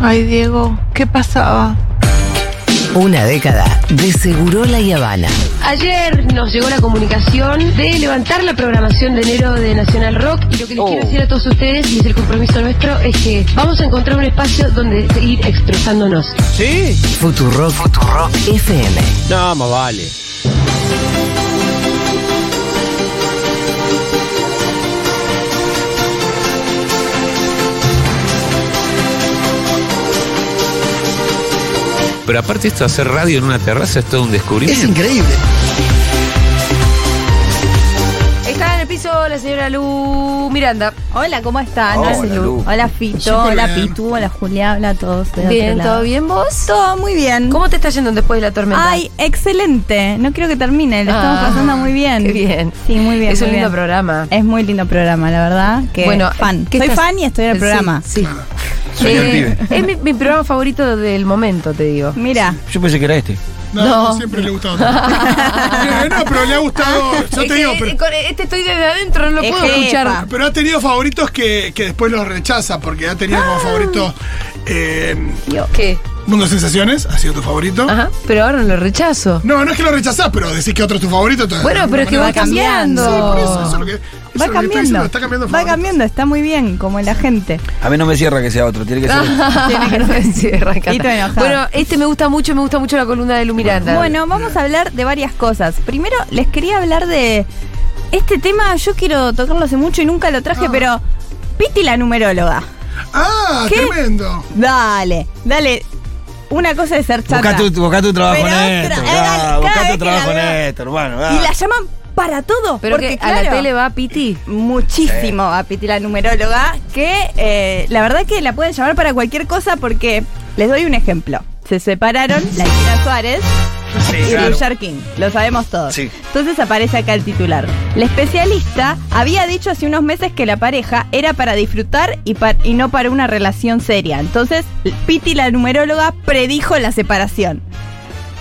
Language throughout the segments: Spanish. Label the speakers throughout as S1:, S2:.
S1: Ay, Diego, ¿qué pasaba?
S2: Una década de Segurola y Habana.
S3: Ayer nos llegó la comunicación de levantar la programación de enero de Nacional Rock y lo que les
S4: Oh.
S3: quiero decir a todos ustedes, y es el compromiso nuestro, es que vamos a encontrar un espacio donde seguir expresándonos.
S4: ¿Sí?
S2: Futurock, Futurock FM.
S4: No, más vale.
S5: Pero aparte esto, hacer radio en una terraza es todo un
S6: Es
S5: descubrimiento.
S6: increíble.
S7: Está en el piso la señora Lu Miranda.
S8: Hola, ¿cómo están?
S6: Hola,
S8: Hola, Lu.
S6: Lu.
S8: Hola, Fito.
S6: Súper
S8: hola,
S6: bien.
S8: Pitu. Hola, Julia. Hola a todos. del
S7: Bien,
S8: otro lado.
S7: ¿todo bien vos?
S8: Todo muy bien.
S7: ¿Cómo te está yendo después de la tormenta?
S8: Ay, excelente. No quiero que termine. Lo estamos
S7: Ah,
S8: pasando muy bien.
S7: qué bien.
S8: Sí, muy bien.
S7: es un
S8: muy
S7: lindo
S8: bien.
S7: programa.
S8: Es muy lindo programa, la verdad. Que
S7: Bueno,
S8: fan.
S7: ¿qué
S8: Soy
S7: estás-
S8: fan y estoy en el
S7: Sí,
S8: programa.
S7: Sí.
S6: Soy el
S7: Eh,
S6: pibe.
S7: es mi, mi programa favorito del momento, te digo.
S8: Mira,
S4: Yo pensé que era este.
S6: No,
S7: No.
S6: siempre le ha gustado. no, pero le ha gustado. Yo
S7: Es
S6: te
S7: que,
S6: digo,
S7: eh,
S6: pero,
S7: con- Este estoy desde adentro, no lo
S8: Es
S7: puedo
S8: jefa.
S7: escuchar.
S6: pero ha tenido favoritos que, que después los rechaza, porque ha tenido
S7: Ah.
S6: como favoritos eh,
S7: ¿Qué?
S6: Mundo Sensaciones, ha sido tu favorito.
S7: Ajá, pero ahora lo rechazo.
S6: No, no es que lo rechazás, pero decís que otro es tu favorito. entonces,
S7: Bueno,
S6: de
S7: pero es que
S6: alguna
S7: va
S6: manera-
S7: cambiando.
S6: Sí, por eso, eso es lo que- eso es
S8: va
S6: lo que estoy
S8: cambiando.
S6: diciendo, está cambiando.
S8: va
S6: favoritos.
S8: cambiando. Está muy bien, como la gente.
S9: A mí no me cierra que sea otro, tiene que ser otro.
S7: Tiene que no me cierra, Cata.
S8: Y estoy enojada.
S7: Bueno, este me gusta mucho, me gusta mucho la columna de Lu Miranda.
S8: Bueno, vamos a hablar de varias cosas. Primero, les quería hablar de este tema. Yo quiero tocarlo hace mucho y nunca lo
S7: Ah.
S8: traje, pero Piti la numeróloga.
S6: Ah,
S8: ¿Qué?
S6: tremendo.
S8: Dale, dale. Una cosa es ser chata.
S9: Busca tu, busca tu trabajo
S8: Pero
S9: en esto,
S8: otra-
S9: claro,
S8: cada
S9: busca
S8: vez que
S9: tu trabajo en
S8: la veo-
S9: esto, hermano.
S8: Y
S9: dale.
S8: la llaman para todo.
S7: pero
S8: porque,
S7: que a la
S8: claro,
S7: tele va Piti.
S8: Muchísimo a Piti la numeróloga, que eh, la verdad que la pueden llamar para cualquier cosa porque les doy un ejemplo. Se separaron la China Suárez y
S9: claro.
S8: Roger King, lo sabemos todos.
S9: Sí.
S8: Entonces aparece acá el titular. La especialista había dicho hace unos meses que la pareja era para disfrutar y, pa- y no para una relación seria. Entonces Piti la numeróloga predijo la separación.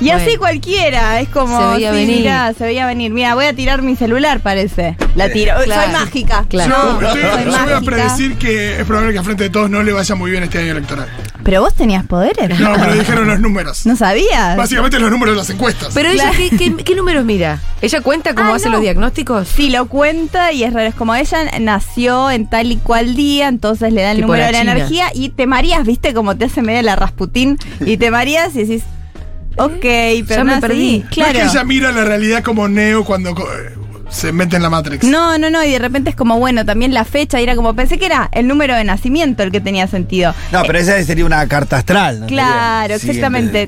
S8: Y
S7: Bueno.
S8: así cualquiera, es como
S7: Se veía venir.
S8: mirá, se veía venir. Mira, voy a tirar mi celular, parece. La tiro.
S7: Claro.
S8: Soy mágica.
S7: Claro.
S8: No,
S6: Eh, yo estoy-
S8: soy
S6: yo voy a
S8: mágica.
S6: predecir que es probable que a frente de todos no le vaya muy bien este año electoral.
S8: Pero vos tenías poderes.
S6: No, pero dijeron los números.
S8: ¿No sabías.
S6: Básicamente los números de las encuestas.
S7: Pero ella, ¿qué, qué, qué números mira? ¿Ella cuenta cómo
S8: Ah,
S7: hace
S8: no.
S7: los diagnósticos?
S8: Sí, lo cuenta y es raro. Es como ella nació en tal y cual día, entonces le da el
S7: Tipo
S8: número
S7: la
S8: de la
S7: China.
S8: energía y te mareas, viste, como te hace medio la Rasputín y te mareas y decís, ok, pero
S7: Ya
S8: no
S7: me
S8: así".
S7: perdí.
S6: No es
S8: Claro.
S6: que ella mira la realidad como Neo cuando co- eh, se mete en la Matrix.
S8: No, no, no, y de repente es como, bueno, también la fecha, y era como, pensé que era el número de nacimiento el que tenía sentido.
S9: No, pero esa sería una carta astral. ¿no?
S8: Claro,
S9: Sería-
S8: exactamente.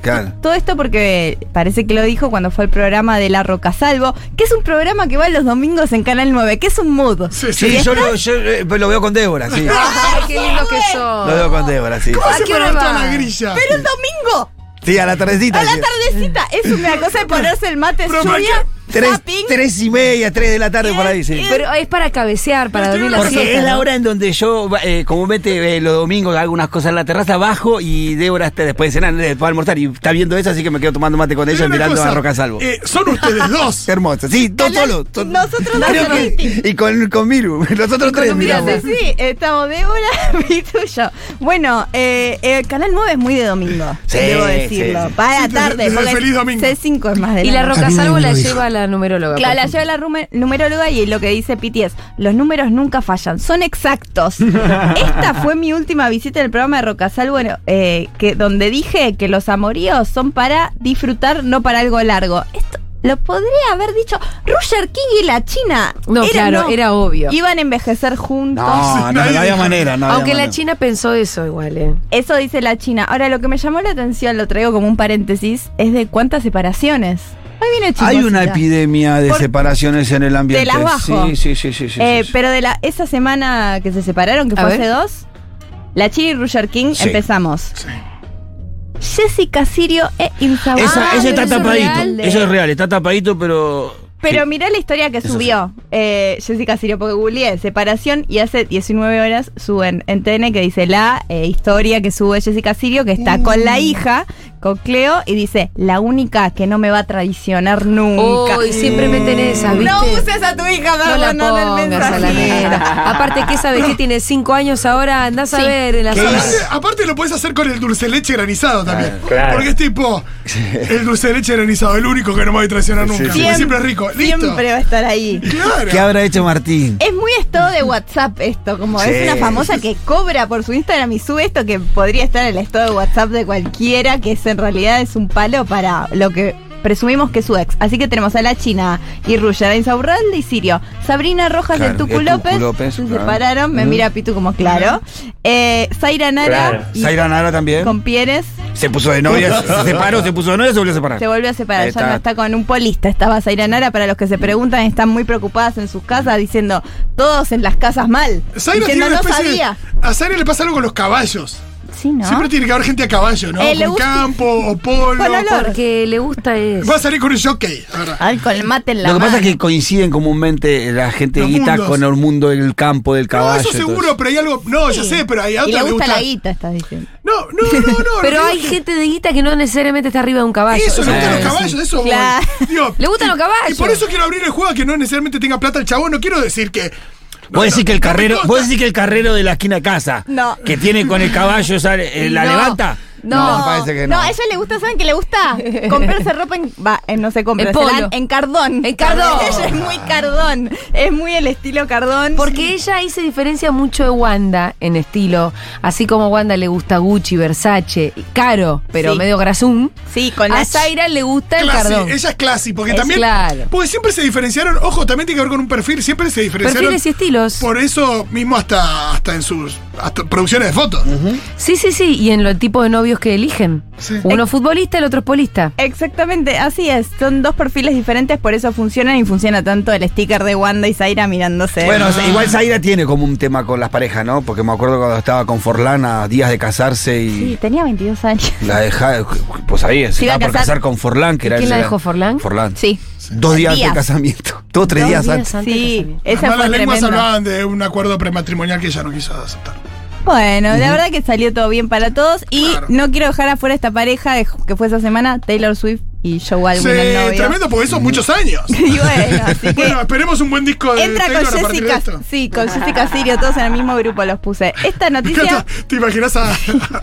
S9: siguiente, claro.
S8: Todo esto porque parece que lo dijo cuando fue el programa de La Roca Salvo, que es un programa que va los domingos en Canal 9, que es un mood.
S6: Sí, sí.
S9: Sí, yo, lo, yo, eh, lo veo con Débora, sí.
S7: Ay, qué lindo que
S9: Lo
S7: son.
S9: veo con Débora, sí.
S7: ¿Cómo
S6: ¿Cómo
S7: ¿A
S6: se
S7: qué hora
S6: paró toda
S7: va?
S6: la grilla?
S8: Pero el domingo,
S9: Sí, a la tardecita.
S8: a la
S9: sí.
S8: tardecita, es una cosa de ponerse el mate, es
S6: Pero
S8: lluvia,
S9: Tres,
S8: zapping.
S9: tres y media, tres de la tarde por ahí, sí.
S7: Pero es para cabecear, para dormir la siesta.
S9: Porque es la
S7: ¿no?
S9: hora en donde yo eh, comúnmente eh, los domingos hago unas cosas en la terraza, bajo y Débora está después de cenar, después de almorzar y está viendo eso, así que me quedo tomando mate con
S6: Pero
S9: ella y
S6: una
S9: mirando
S6: cosa,
S9: a Roca Salvo.
S6: eh, son ustedes dos.
S9: Hermosa, sí, dos
S8: Canal-
S9: solos. to-
S8: nosotros dos
S9: creo
S8: solos.
S9: que- Y con, con Miru, nosotros tres
S7: tu
S9: miramos.
S7: mirada.
S8: Sí, sí, estamos Débora y tuyo. Bueno, eh, eh, Canal 9 es muy de domingo,
S9: Sí,
S8: debo
S9: sí,
S8: decirlo.
S9: sí.
S8: Para
S6: Sí,
S8: la
S6: desde-
S8: tarde,
S6: desde
S8: porque
S6: Feliz Domingo.
S8: C5 es más de
S7: Y la
S8: noche.
S7: roca
S9: mí
S7: salvo
S9: me
S7: la
S9: lo dijo.
S7: lleva a la numeróloga.
S8: Claro,
S7: por
S8: la
S7: ejemplo.
S8: lleva la rume- numeróloga y lo que dice Piti es, los números nunca fallan, son exactos. Esta fue mi última visita en el programa de Rocasal, bueno, eh, que, donde dije que los amoríos son para disfrutar, no para algo largo. Esto lo podría haber dicho Roger King y la China.
S7: No, claro,
S8: no.
S7: era obvio.
S8: Iban a envejecer juntos.
S9: No, no, no
S6: Nadie
S9: había
S6: dijo.
S9: manera, no había
S7: Aunque la
S9: manera.
S7: China pensó eso igual, ¿eh?
S8: Eso dice la China. Ahora, lo que me llamó la atención, lo traigo como un paréntesis, es de cuántas separaciones. Ahí viene
S9: Hay una
S8: chicosita.
S9: epidemia de
S8: Por-
S9: separaciones en el ambiente.
S8: las bajo.
S9: Sí, sí, sí, sí. sí,
S8: Eh,
S9: sí, sí.
S8: Pero de la esa semana que se separaron, que
S7: A
S8: fue
S7: ver.
S8: hace dos, la Chiri y Roger King,
S9: Sí.
S8: empezamos.
S6: Sí.
S8: Jessica Sirio e Insaurralde.
S9: Esa,
S7: Ah,
S9: ese
S7: pero
S9: está
S7: eso es
S9: tapadito.
S7: real.
S9: Eso es real, está tapadito, pero
S8: Pero mirá la historia que
S9: Eso
S8: subió eh, Jessica Sirio, porque googleé separación y hace 19 horas suben en TN que dice la eh, historia que sube Jessica Sirio, que está con
S7: Mm.
S8: la hija, con Cleo, y dice, la única que no me va a traicionar nunca.
S7: Uy, siempre meten esas, ¿viste?
S8: no uses a tu hija,
S7: No la
S8: Marlon, no, en el
S7: pongas a la
S8: mensajero.
S7: nena. Aparte, que sabe que tiene cinco años ahora? Andás a ver en la
S6: Aparte,
S7: zona.
S6: aparte lo puedes hacer con el dulce de leche granizado también.
S4: claro.
S6: Porque es tipo, el dulce de leche granizado, el único que no me voy a traicionar nunca. porque
S8: Siem-
S6: Siempre es rico. Listo.
S8: Siempre va a estar ahí.
S6: Claro.
S9: ¿Qué habrá hecho Martín?
S8: Es muy estado de WhatsApp esto, como
S9: Sí.
S8: es una famosa que cobra por su Instagram y sube esto que podría estar en el estado de WhatsApp de cualquiera, que es en realidad es un palo para lo que presumimos que es su ex. Así que tenemos a la China y Rulla, Insaurralde y Sirio. Sabrina Rojas
S9: Claro,
S8: del
S9: el
S8: Tucu
S9: Tucu
S8: López,
S9: López,
S8: se
S9: claro.
S8: separaron, me mira Pitu como claro. Eh, Zaira Nara
S4: Claro.
S8: y
S9: Zaira Nara también.
S8: con Pieres
S9: Se puso de novia, se separó, se puso de novia, se volvió a separar.
S8: se vuelve a separar,
S9: Ah, Ahí
S8: ya no está con un polista, estaba Zaira Nara, para los que se preguntan, están muy preocupadas en sus casas diciendo, todos en las casas mal.
S6: Zaira tiene
S8: diciendo,
S6: una
S8: no
S6: especie de-
S8: sabía.
S6: A Zaira le pasa algo con los caballos.
S8: Sí, ¿no?
S6: Siempre tiene que haber gente a caballo, ¿no?
S8: Eh, le
S6: con
S8: gusta-
S6: campo o polo.
S8: Con olor.
S7: Porque le gusta es.
S6: Va a salir con un jockey. ahora.
S8: Ay, con el mate en la
S9: Lo que pasa es
S8: mano.
S9: que coinciden comúnmente la gente de
S6: Los
S9: guita
S6: mundos.
S9: con el mundo del campo, del
S6: No,
S9: caballo.
S6: eso
S9: entonces.
S6: seguro, pero hay algo. No, ya sé, pero hay a
S8: y
S6: otra
S8: le
S6: le
S8: gusta la guita, estás diciendo.
S6: No, no, no, no.
S7: Pero
S6: no,
S7: hay
S6: no,
S7: gente de guita que no necesariamente está arriba de un caballo.
S6: Eso, le
S7: es
S6: gustan
S7: lo
S6: los
S7: que
S6: caballos, eso. voy.
S8: Claro.
S6: Digo,
S7: Le gustan los caballos.
S6: Y por eso quiero abrir el juego a que no necesariamente tenga plata el chabón. No quiero decir que.
S9: Vos decís que el
S6: no me
S9: carrero,
S6: consta.
S9: vos decís que el carrero de la esquina de casa,
S8: No.
S9: que tiene con el caballo, sale- eh, la
S7: No.
S9: levanta.
S7: No.
S9: parece que
S8: no,
S9: no.
S8: a ella le gusta, ¿saben qué le gusta? Comprarse ropa en. Va, en- no se compra,
S7: En
S8: se la
S7: polo.
S8: dan en cardón.
S7: En cardón.
S8: ella es muy cardón. Es muy el estilo cardón.
S7: Porque ella ahí se diferencia mucho de Wanda en estilo. Así como a Wanda le gusta Gucci, Versace, caro, pero
S8: Sí.
S7: medio grasún.
S8: Sí, con la.
S7: A Zaira le gusta el
S6: clase,
S7: cardón.
S6: Ella es clase, porque
S7: Es
S6: también.
S7: claro.
S6: Porque siempre se diferenciaron. Ojo, también tiene que ver con un perfil. Siempre se diferenciaron.
S7: Perfiles y estilos.
S6: Por eso mismo hasta, hasta en sus hasta producciones de fotos.
S7: Sí, sí, sí. Y en el tipo de novios que eligen.
S6: Sí.
S7: Uno futbolista, el otro polista.
S8: Exactamente, así es. Son dos perfiles diferentes, por eso funcionan y funciona tanto el sticker de Wanda y Zaira mirándose.
S9: Bueno, o sea, igual Zaira tiene como un tema con las parejas, ¿no? Porque me acuerdo cuando estaba con Forlán a días de casarse y
S8: Sí, tenía 22 años.
S9: la dejaba, pues ahí, se
S8: Se iba a
S9: estaba por
S8: casar.
S9: casar con Forlán,
S7: ¿Y
S9: que era
S7: quién
S9: el-
S7: la dejó, Forlán?
S9: Forlán.
S8: Sí.
S9: Dos días antes
S8: Días.
S9: del casamiento. Dos, tres
S7: Dos
S9: días
S7: días
S9: antes.
S7: antes del
S8: Sí,
S7: casamiento.
S8: esa
S6: Además,
S8: fue
S6: las lenguas
S8: tremenda.
S6: hablaban de un acuerdo prematrimonial que ella no quiso aceptar.
S8: Bueno, la verdad que salió todo bien para todos y
S6: Claro.
S8: no quiero dejar afuera esta pareja de- que fue esa semana, Taylor Swift y Joe Alwyn, el
S6: Sí,
S8: novio.
S6: tremendo, porque eso muchos años.
S8: Y bueno, así que
S6: bueno, esperemos un buen disco de
S8: entra con
S6: Taylor a partir de
S8: Jessica,
S6: esto.
S8: sí, con Jessica Sirio, todos en el mismo grupo los puse. Esta
S6: Me
S8: noticia
S6: encanta, ¿Te imaginas a,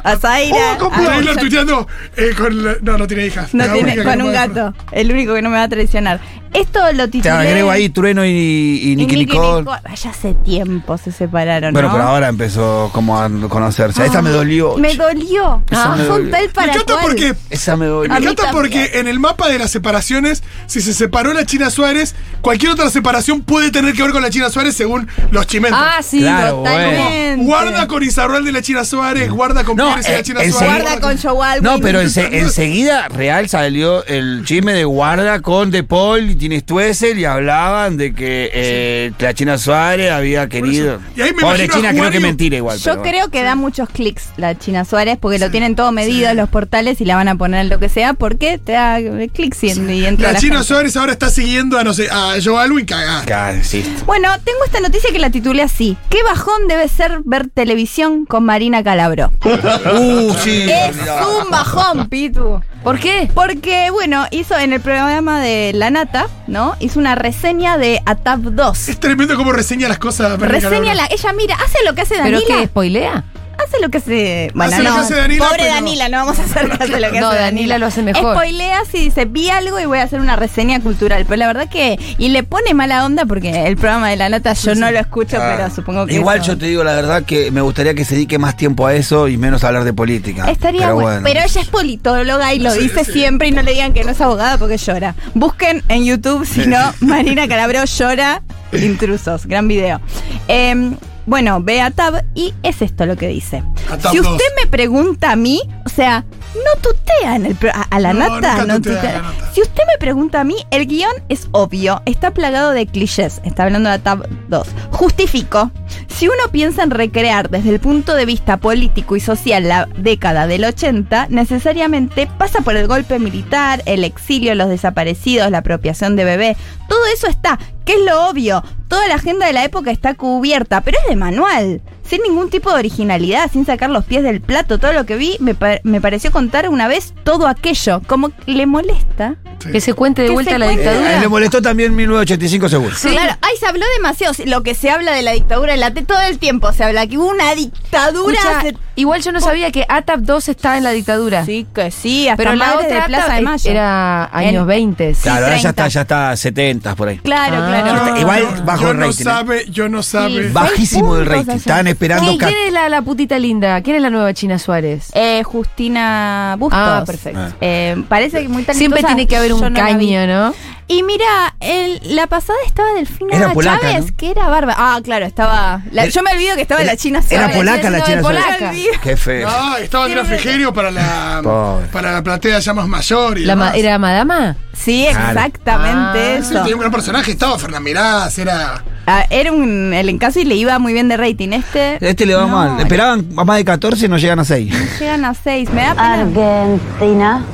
S8: a Zaira,
S6: Oh, con
S8: a-
S6: Taylor tuiteando eh, con la- no, no tiene hijas.
S8: no
S6: La
S8: tiene-
S6: única que
S8: con
S6: no
S8: un
S6: puede-
S8: gato, el único que no me va a traicionar. Esto lo
S9: Te
S8: titulé.
S9: agrego ahí Trueno y, y
S8: y
S9: Nicki
S8: Nicki
S9: Nicole.
S8: Nicole. Ay, Ya hace tiempo se separaron.
S9: Bueno,
S8: ¿no?
S9: pero ahora empezó como a conocerse. Esa me dolió.
S8: Ah, Me
S9: che.
S8: dolió. Ah,
S9: Esa me
S8: Fue un
S9: dolió.
S8: tal
S6: Me
S8: para
S6: encanta
S8: cual.
S6: porque.
S9: Esa me
S6: Me
S9: dolió.
S8: mí
S6: encanta
S8: también.
S6: porque en el mapa de las separaciones, si se separó la China Suárez, cualquier otra separación puede tener que ver con la China Suárez según los chimentos.
S7: Ah, sí.
S9: Claro,
S7: totalmente.
S8: Totalmente.
S6: guarda con Izarral de la China Suárez, guarda con
S9: No,
S6: Pérez de
S9: eh,
S6: la China
S9: en
S6: Suárez.
S9: serio.
S8: Guarda con Joe Alwyn.
S9: No, pero ense- enseguida Real salió el chisme de guarda con De Paul y Tienes Tuesel y hablaban de que eh, la China Suárez había querido.
S6: Y ahí me
S9: Pobre
S6: imagino a
S9: China, creo
S6: Juario.
S9: que mentira igual.
S8: Yo
S9: pero bueno.
S8: creo que da muchos clics la China Suárez porque lo
S6: Sí,
S8: tienen todo medido
S6: sí.
S8: en los portales y la van a poner en lo que sea porque te da clics y, en- y entra
S6: La
S8: la
S6: China
S8: gente.
S6: Suárez ahora está siguiendo a, no sé, a Joe Alwyn cagada.
S9: Claro, insisto.
S8: Bueno, tengo esta noticia que la titulé así. ¿Qué bajón debe ser ver televisión con Marina Calabro?
S9: Uh, sí.
S8: es un bajón, Pitu.
S7: ¿Por qué?
S8: Porque, bueno, hizo en el programa de La Nata, ¿no? Hizo una reseña de ATAP 2.
S6: Es tremendo cómo reseña las cosas. Mariana
S8: Reseña
S6: Calabro.
S8: la, ella mira, hace lo que hace
S7: ¿Pero
S8: Danila.
S7: qué? ¿Spoilea?
S8: Hace lo que hace. Bueno,
S6: Hace lo
S8: no,
S6: que hace Danila,
S8: Pobre
S6: pero-
S8: Danila, no vamos a hacer que hace lo que
S7: No,
S8: hace
S7: Danila lo hace mejor.
S8: Spoilea si dice, vi algo y voy a hacer una reseña cultural. Pero la verdad que. Y le pone mala onda porque el programa de la nota yo no lo escucho,
S6: Ah.
S8: pero supongo que.
S9: Igual
S8: eso-
S9: yo te digo la verdad que me gustaría que se dedique más tiempo a eso y menos a hablar de política.
S8: Estaría
S9: pero
S8: bueno.
S9: bueno.
S8: Pero ella es politóloga y lo dice siempre y no le digan que no es abogada porque llora. Busquen en YouTube, si no, Marina Calabró llora intrusos. Gran video. Em, bueno, ve a Tab y es esto lo que dice.
S6: A Tab
S8: Si
S6: dos.
S8: usted me pregunta a mí, o sea, no tutea en el pro- a, a la
S6: No,
S8: nata,
S6: nunca
S8: no
S6: tutea a
S8: tutea.
S6: la nata.
S8: Si usted me pregunta a mí, el guión es obvio, está plagado de clichés, está hablando de la Tab 2. Justifico. Si uno piensa en recrear desde el punto de vista político y social la década del 80, necesariamente pasa por el golpe militar, el exilio, los desaparecidos, la apropiación de bebé, Todo eso está, que es lo obvio. Toda la agenda de la época está cubierta, pero es de manual. Sin ningún tipo de originalidad, sin sacar los pies del plato. Todo lo que vi me, pa- me pareció contar una vez todo aquello. Como que le molesta.
S7: Que se cuente de
S8: Que
S7: vuelta
S8: se
S7: la
S8: cuente.
S9: A él Eh, le
S7: dictadura.
S9: molestó también 1985 seguro.
S8: Claro, ahí se habló demasiado. Lo que se habla de la dictadura en la te- todo el tiempo se habla que hubo una dictadura.
S7: Escucha,
S8: hace-
S7: igual yo no sabía que ATAP 2 estaba en la dictadura.
S8: Sí, que sí, hasta
S7: pero la
S8: madres
S7: otra
S8: de Plaza
S7: ATAP
S8: de Mayo.
S7: eh, era años
S8: En-
S7: 20.
S9: Claro, ahora ya
S8: 30.
S9: está, ya está 70 por ahí.
S8: Claro,
S7: Ah.
S8: claro.
S9: Está- igual bajo
S6: yo
S9: el
S6: no
S9: rating, ¿eh?
S6: sabe, yo no sabe.
S9: Bajísimo
S8: seis
S9: el rating.
S8: puntos
S9: Estaban esperando
S7: ¿Quién,
S9: ca-
S7: quién es la, la putita linda? ¿Quién es la nueva China Suárez?
S8: Eh, Justina Bustos.
S7: Ah, perfecto. Ah.
S8: Eh, parece que muy talentosa.
S7: Siempre tiene que haber
S8: Yo
S7: un
S8: no la vi.
S7: caño, ¿no?
S8: Y mira, el- la pasada estaba Delfina
S9: Era polaca,
S8: Chávez,
S9: ¿no?
S8: que era barba. Ah, claro, estaba. la-
S9: Era-
S8: yo me olvido que estaba
S9: era-
S8: la China
S9: era
S8: Suárez.
S9: polaca la
S7: no,
S9: China
S7: es
S9: Suárez.
S7: polaca.
S9: Qué feo.
S6: No, estaba Andrea Frigerio para la,
S9: Pobre.
S6: para la platea ya más mayor. Y
S7: La ma-
S6: demás.
S7: ¿Era Madama?
S8: Sí,
S9: Claro.
S8: exactamente
S7: Ah.
S6: Sí,
S8: eso.
S6: tenía un gran personaje, estaba Fernán Mirás, era.
S8: Ah, era un elencazo y le iba muy bien de rating. Este.
S9: Este le va
S8: no,
S9: mal. Esperaban a más de 14 y no llegan a 6.
S8: Llegan a seis. Me da
S7: Ah,
S8: pena.
S4: Argentina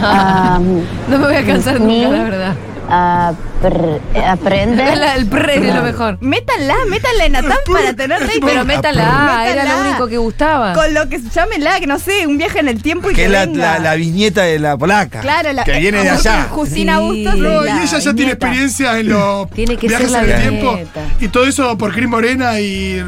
S4: am,
S7: No me voy a cansar
S4: Ni-
S7: nunca, la verdad.
S4: apr- aprende
S7: La- el pre es lo mejor.
S8: Métanla, métanla en Atam para tener rating.
S7: Pero métala, Ah, era lo
S8: Métala.
S7: único que gustaba.
S8: Con lo que llámenla, que no sé, un viaje en el tiempo y
S9: Que
S8: que,
S9: es la,
S8: venga.
S9: la, la viñeta de la polaca.
S8: Claro, la,
S9: Que viene de
S8: eh,
S9: allá.
S8: Justina
S7: Sí.
S8: Bustos.
S6: No, y
S8: la
S6: ella ya tiene
S8: nieta.
S6: experiencia en los
S7: Tiene que
S6: viajes
S7: ser
S6: en
S7: la
S6: el
S7: violeta.
S6: tiempo. Y todo eso por Cris Morena y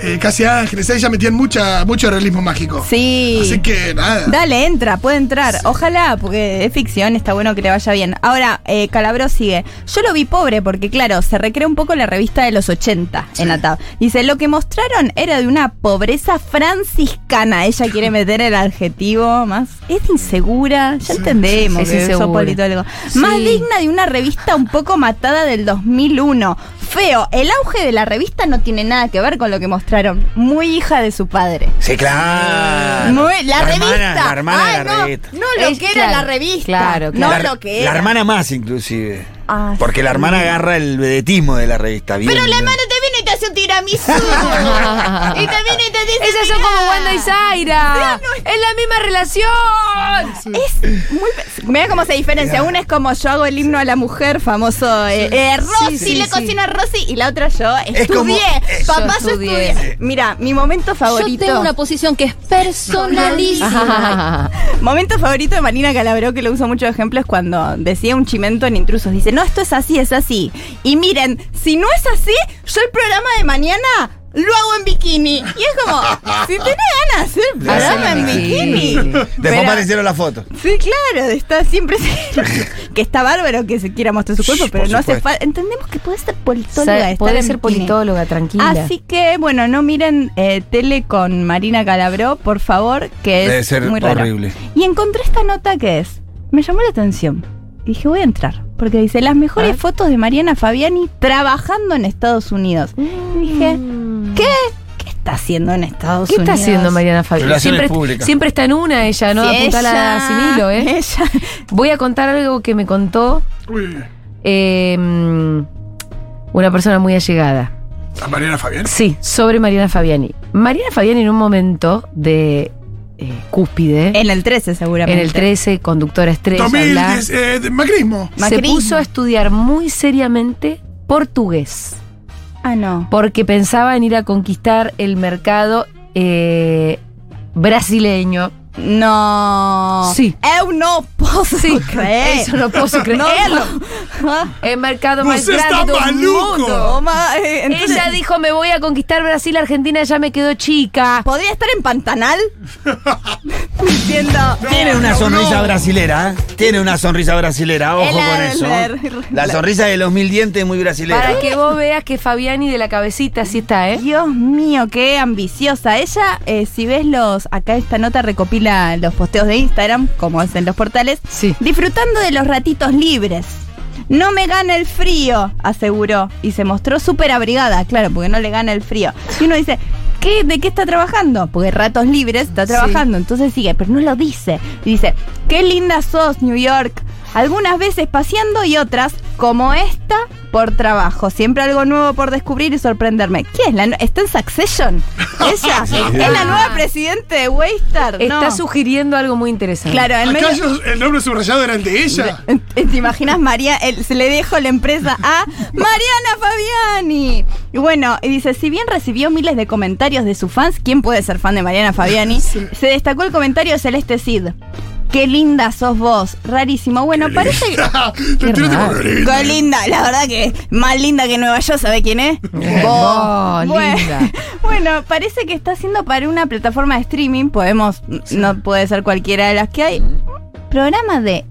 S6: eh, Casi Ángeles. Ella metían mucha, mucho realismo mágico.
S8: Sí.
S6: Así que nada.
S8: Dale, entra, puede entrar. Ojalá, porque es ficción, está bueno que le vaya bien. Ahora, eh, Calabro sigue. Yo lo vi pobre porque, claro, se recrea un poco en la revista de los 80 en Atab. Dice, lo que mostraron era de una pobreza franciscana. Ella quiere meter el adjetivo más. Es insegura, ya entendemos.
S7: Es
S8: que sos
S7: insegura.
S8: politólogo.
S7: Sí.
S8: Más digna de una revista un poco matada del 2001. Feo, el auge de la revista no tiene nada que ver con lo que mostraron. Muy hija de su padre.
S9: Sí, claro.
S8: Muy- la, revista.
S9: Hermana, la hermana
S8: Ah,
S9: de la
S8: no,
S9: revista.
S8: No lo
S7: Ah, Es
S8: que era
S7: claro,
S8: la revista.
S7: claro,
S8: No
S9: la,
S8: lo que era.
S9: La hermana más, inclusive.
S8: Ah,
S9: Porque la
S8: sí.
S9: hermana agarra el vedetismo de la revista. bien,
S4: Pero la
S9: bien.
S4: hermana te viene y te hace un tiramisú.
S7: Ah,
S4: y te viene y te dice.
S7: Esas son como
S4: "Mirá".
S7: Wanda y Zaira. Es la misma relación.
S8: Es muy. Mira cómo se diferencia. Una es como yo hago el himno a la mujer, famoso. eh, eh, Rosy,
S7: sí,
S8: le
S7: sí.
S8: cocino a Rosy. Y la otra yo estudié.
S9: como- eh,
S8: papá,
S7: yo
S8: yo
S7: estudié.
S8: estudié. Mira, mi momento favorito.
S4: Yo tengo una posición que es personalísima.
S8: Momento favorito de Marina Calabró, que lo uso mucho de ejemplo, es cuando decía un chimento en intrusos. Dice, no, esto es así, es así. Y miren, si no es así, yo el programa de mañana lo hago en bikini. Y es como, si tenés ganas de hacer el programa en bikini.
S9: Después
S8: Pero-
S9: aparecieron las fotos.
S8: Sí, claro, está siempre. que está bárbaro que se quiera mostrar su cuerpo,
S9: Shh,
S8: pero
S9: por
S8: no hace
S9: supuesto.
S8: falta. Entendemos que puede ser politóloga.
S7: Sa-
S8: estar
S7: Podés
S8: en
S7: ser
S8: bikini.
S7: politóloga, tranquila.
S8: Así que, bueno, no miren eh, tele con Marina Calabró, por favor, que es
S9: Debe ser
S8: muy raro.
S9: horrible.
S8: Y encontré esta nota que es, me llamó la atención. Y dije, voy a entrar, porque dice, las mejores
S7: Ah.
S8: fotos de Mariana Fabiani trabajando en Estados Unidos. Y dije, ¿qué? ¿Qué está haciendo en Estados
S7: ¿Qué
S8: Unidos?
S7: está haciendo Mariana Fabián?
S9: Relaciones
S7: Siempre,
S9: públicas.
S7: siempre está en una ella, ¿no?
S8: Sí,
S7: Apuntada
S8: ella,
S7: sin hilo, ¿eh?
S8: ella.
S7: Voy a contar algo que me contó
S6: Uy,
S7: eh, una persona muy allegada.
S6: a Mariana Fabián.
S7: Sí, sobre Mariana Fabiani. Mariana Fabiani en un momento de eh, cúspide,
S8: En el 13 seguramente.
S7: en el 13, conductora estrella, bla,
S6: 2010, eh, de- macrismo.
S7: se
S8: Macrismo.
S7: puso a estudiar muy seriamente portugués.
S8: Ah, no.
S7: porque pensaba en ir a conquistar el mercado eh, brasileño.
S8: No.
S7: Sí.
S8: Eu no puedo creer.
S7: Eso no puedo
S8: No, Ah,
S7: creerlo.
S8: no.
S7: El mercado más
S6: Você está
S7: grande del
S6: maluco.
S7: mundo.
S8: Toma, eh, entonces,
S7: Ella dijo, me voy a conquistar Brasil, Argentina ya me quedó chica.
S8: ¿Podría estar en Pantanal? Diciendo.
S9: Tiene una sonrisa brasilera, ¿eh? Tiene una sonrisa brasilera, ojo
S8: El-
S9: con eso.
S8: el-
S9: La sonrisa de los mil dientes es muy brasilera.
S7: Para que vos veas que Fabiani de la cabecita sí está, ¿eh?
S8: Dios mío, qué ambiciosa. Ella, eh, si ves los. Acá esta nota recopila los posteos de Instagram, como hacen los portales.
S7: Sí.
S8: Disfrutando de los ratitos libres. No me gana el frío, aseguró. Y se mostró súper abrigada, claro, porque no le gana el frío. Y uno dice, ¿qué, ¿de qué está trabajando? Porque ratos libres está trabajando, entonces sigue, pero no lo dice. Y dice, qué linda sos, New York. Algunas veces paseando y otras, como esta.
S4: adicta por trabajo. Siempre algo nuevo por descubrir y sorprenderme. ¿Quién es la nu- ¿Está en Succession? ¿Ella? ¿Es la nueva presidente de Waystar?
S7: Está
S4: No.
S7: sugiriendo algo muy interesante.
S4: Claro, en medio...
S6: ¿Acaso el nombre subrayado era el de ella?
S4: ¿Te imaginas María? el- se le dejó la empresa a Mariana Fabiani. Y bueno, y dice, si bien recibió miles de comentarios de sus fans, ¿quién puede ser fan de Mariana Fabiani? Se destacó el comentario de Celeste Cid. Qué linda sos vos, rarísimo. Bueno, parece que...
S6: Te entiendo, tipo,
S7: raro.
S6: "Qué linda".
S4: Qué linda, la verdad que más linda que Nueva York, ¿sabe quién es?
S7: vos,
S4: Bueno,
S7: Oh, linda.
S4: Bueno, parece que está haciendo para una plataforma de streaming, podemos, no puede ser cualquiera de las que hay. Programa de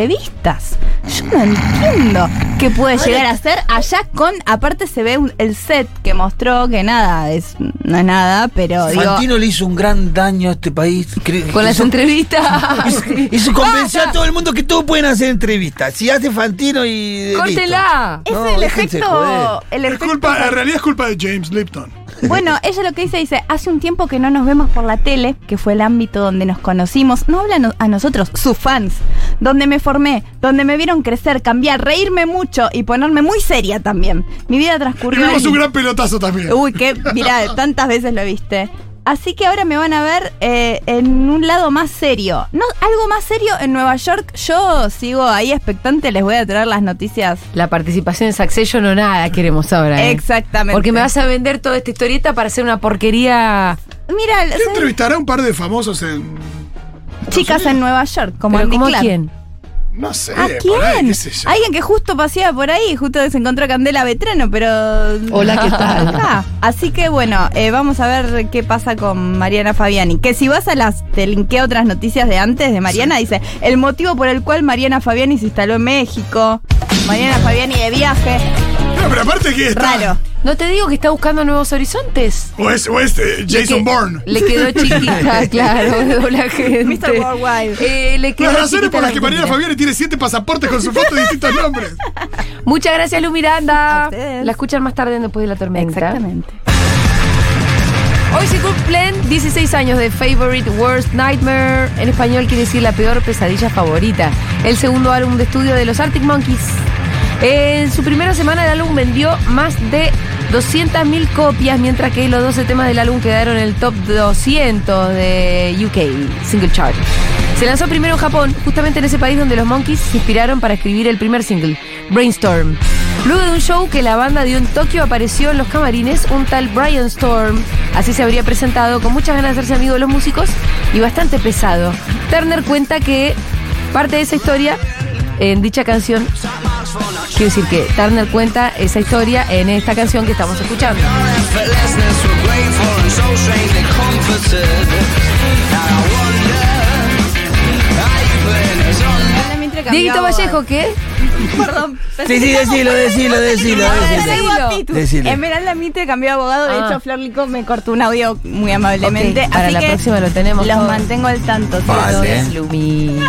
S4: entrevistas. Yo no entiendo qué puede llegar a ser allá con. Aparte se ve un- el set que mostró que nada, es, no es nada, pero digo.
S9: Fantino le hizo un gran daño a este país. Cre-
S7: Con las
S9: hizo-
S7: entrevistas.
S9: Y se convenció a todo el mundo que todos pueden hacer entrevistas. Si hace Fantino y.
S7: ¡Córtela!
S4: Es
S9: No,
S4: el
S9: déjense
S4: efecto.
S9: joder.
S4: El
S6: Es
S4: efecto
S6: culpa, en realidad es culpa de James Lipton.
S4: Bueno, ella lo que dice, dice, hace un tiempo que no nos vemos por la tele, que fue el ámbito donde nos conocimos, no hablan a nosotros, sus fans, donde me formé, donde me vieron crecer, cambiar, reírme mucho y ponerme muy seria también. Mi vida
S6: Y
S4: transcurrió...
S6: vimos
S4: en-
S6: un gran pelotazo también.
S4: Uy, qué, mirá, tantas veces lo viste. Así que ahora me van a ver eh, en un lado más serio. No, algo más serio en Nueva York. Yo sigo ahí expectante, les voy a traer las noticias.
S7: La participación en Succession o nada queremos ahora. ¿eh?
S4: Exactamente.
S7: Porque me vas a vender toda esta historieta para hacer una porquería.
S4: Mira,
S6: ¿Qué
S4: son
S6: entrevistará a un par de famosos en.?
S4: chicas en Nueva York, como
S7: ¿Pero
S4: Andy
S7: ¿Cómo
S4: Clark.
S7: quién?
S6: No sé.
S4: ¿A
S6: Eh, por ahí,
S4: quién?
S6: qué sé yo.
S4: Alguien que justo paseaba por ahí, justo se encontró a Candela Betrano, pero.
S10: Hola, ¿qué tal?
S4: Ah, así que bueno, eh, vamos a ver qué pasa con Mariana Fabiani. Que si vas a las. Te linkeo otras noticias de antes de Mariana, dice: el motivo por el cual Mariana Fabiani se instaló en México. Mariana Fabiani de viaje.
S6: No, pero aparte que está.
S4: Raro.
S7: ¿No te digo que está buscando nuevos horizontes?
S6: O es, o es, eh, Jason
S7: que-
S6: Bourne.
S7: Le quedó chiquita, claro, de doble gente.
S4: Mr. Worldwide.
S7: Eh, le quedó
S6: Las razones
S7: chiquita
S6: por
S7: la
S6: las que Mariana
S7: Argentina.
S6: Fabiani tiene siete pasaportes con su foto de distintos nombres.
S7: Muchas gracias, Lu
S4: A
S7: Miranda.
S4: ustedes.
S7: La escuchan más tarde en después de la tormenta.
S4: Exactamente.
S7: Hoy se cumplen 16 años de Favorite Worst Nightmare. En español quiere decir la peor pesadilla favorita. El segundo álbum de estudio de los Arctic Monkeys. En su primera semana el álbum vendió más de 200.000 copias, mientras que los 12 temas del álbum quedaron en el top 200 de UK Single Chart. Se lanzó primero en Japón, justamente en ese país donde los Monkeys se inspiraron para escribir el primer single, Brainstorm. Luego de un show que la banda dio en Tokio, apareció en los camarines un tal Brian Storm. Así se habría presentado, con muchas ganas de hacerse amigo de los músicos y bastante pesado. Turner cuenta que parte de esa historia en dicha canción. Quiero decir que Turner cuenta esa historia en esta canción que estamos escuchando. Dieguito Vallejo, ¿qué?
S4: Perdón.
S9: Sí, sí, decilo, decilo, decilo.
S4: Ay,
S9: decilo.
S4: guapitu.
S9: Decilo.
S4: Esmeralda Mitre cambió de abogado. De
S7: Ah.
S4: hecho, Flor Lico me cortó un audio muy amablemente.
S7: Ok, para
S4: así
S7: la
S4: que
S7: próxima lo tenemos
S4: Los
S7: todo.
S4: mantengo al tanto. sí,
S9: Vale.
S4: todos.
S7: Lumi.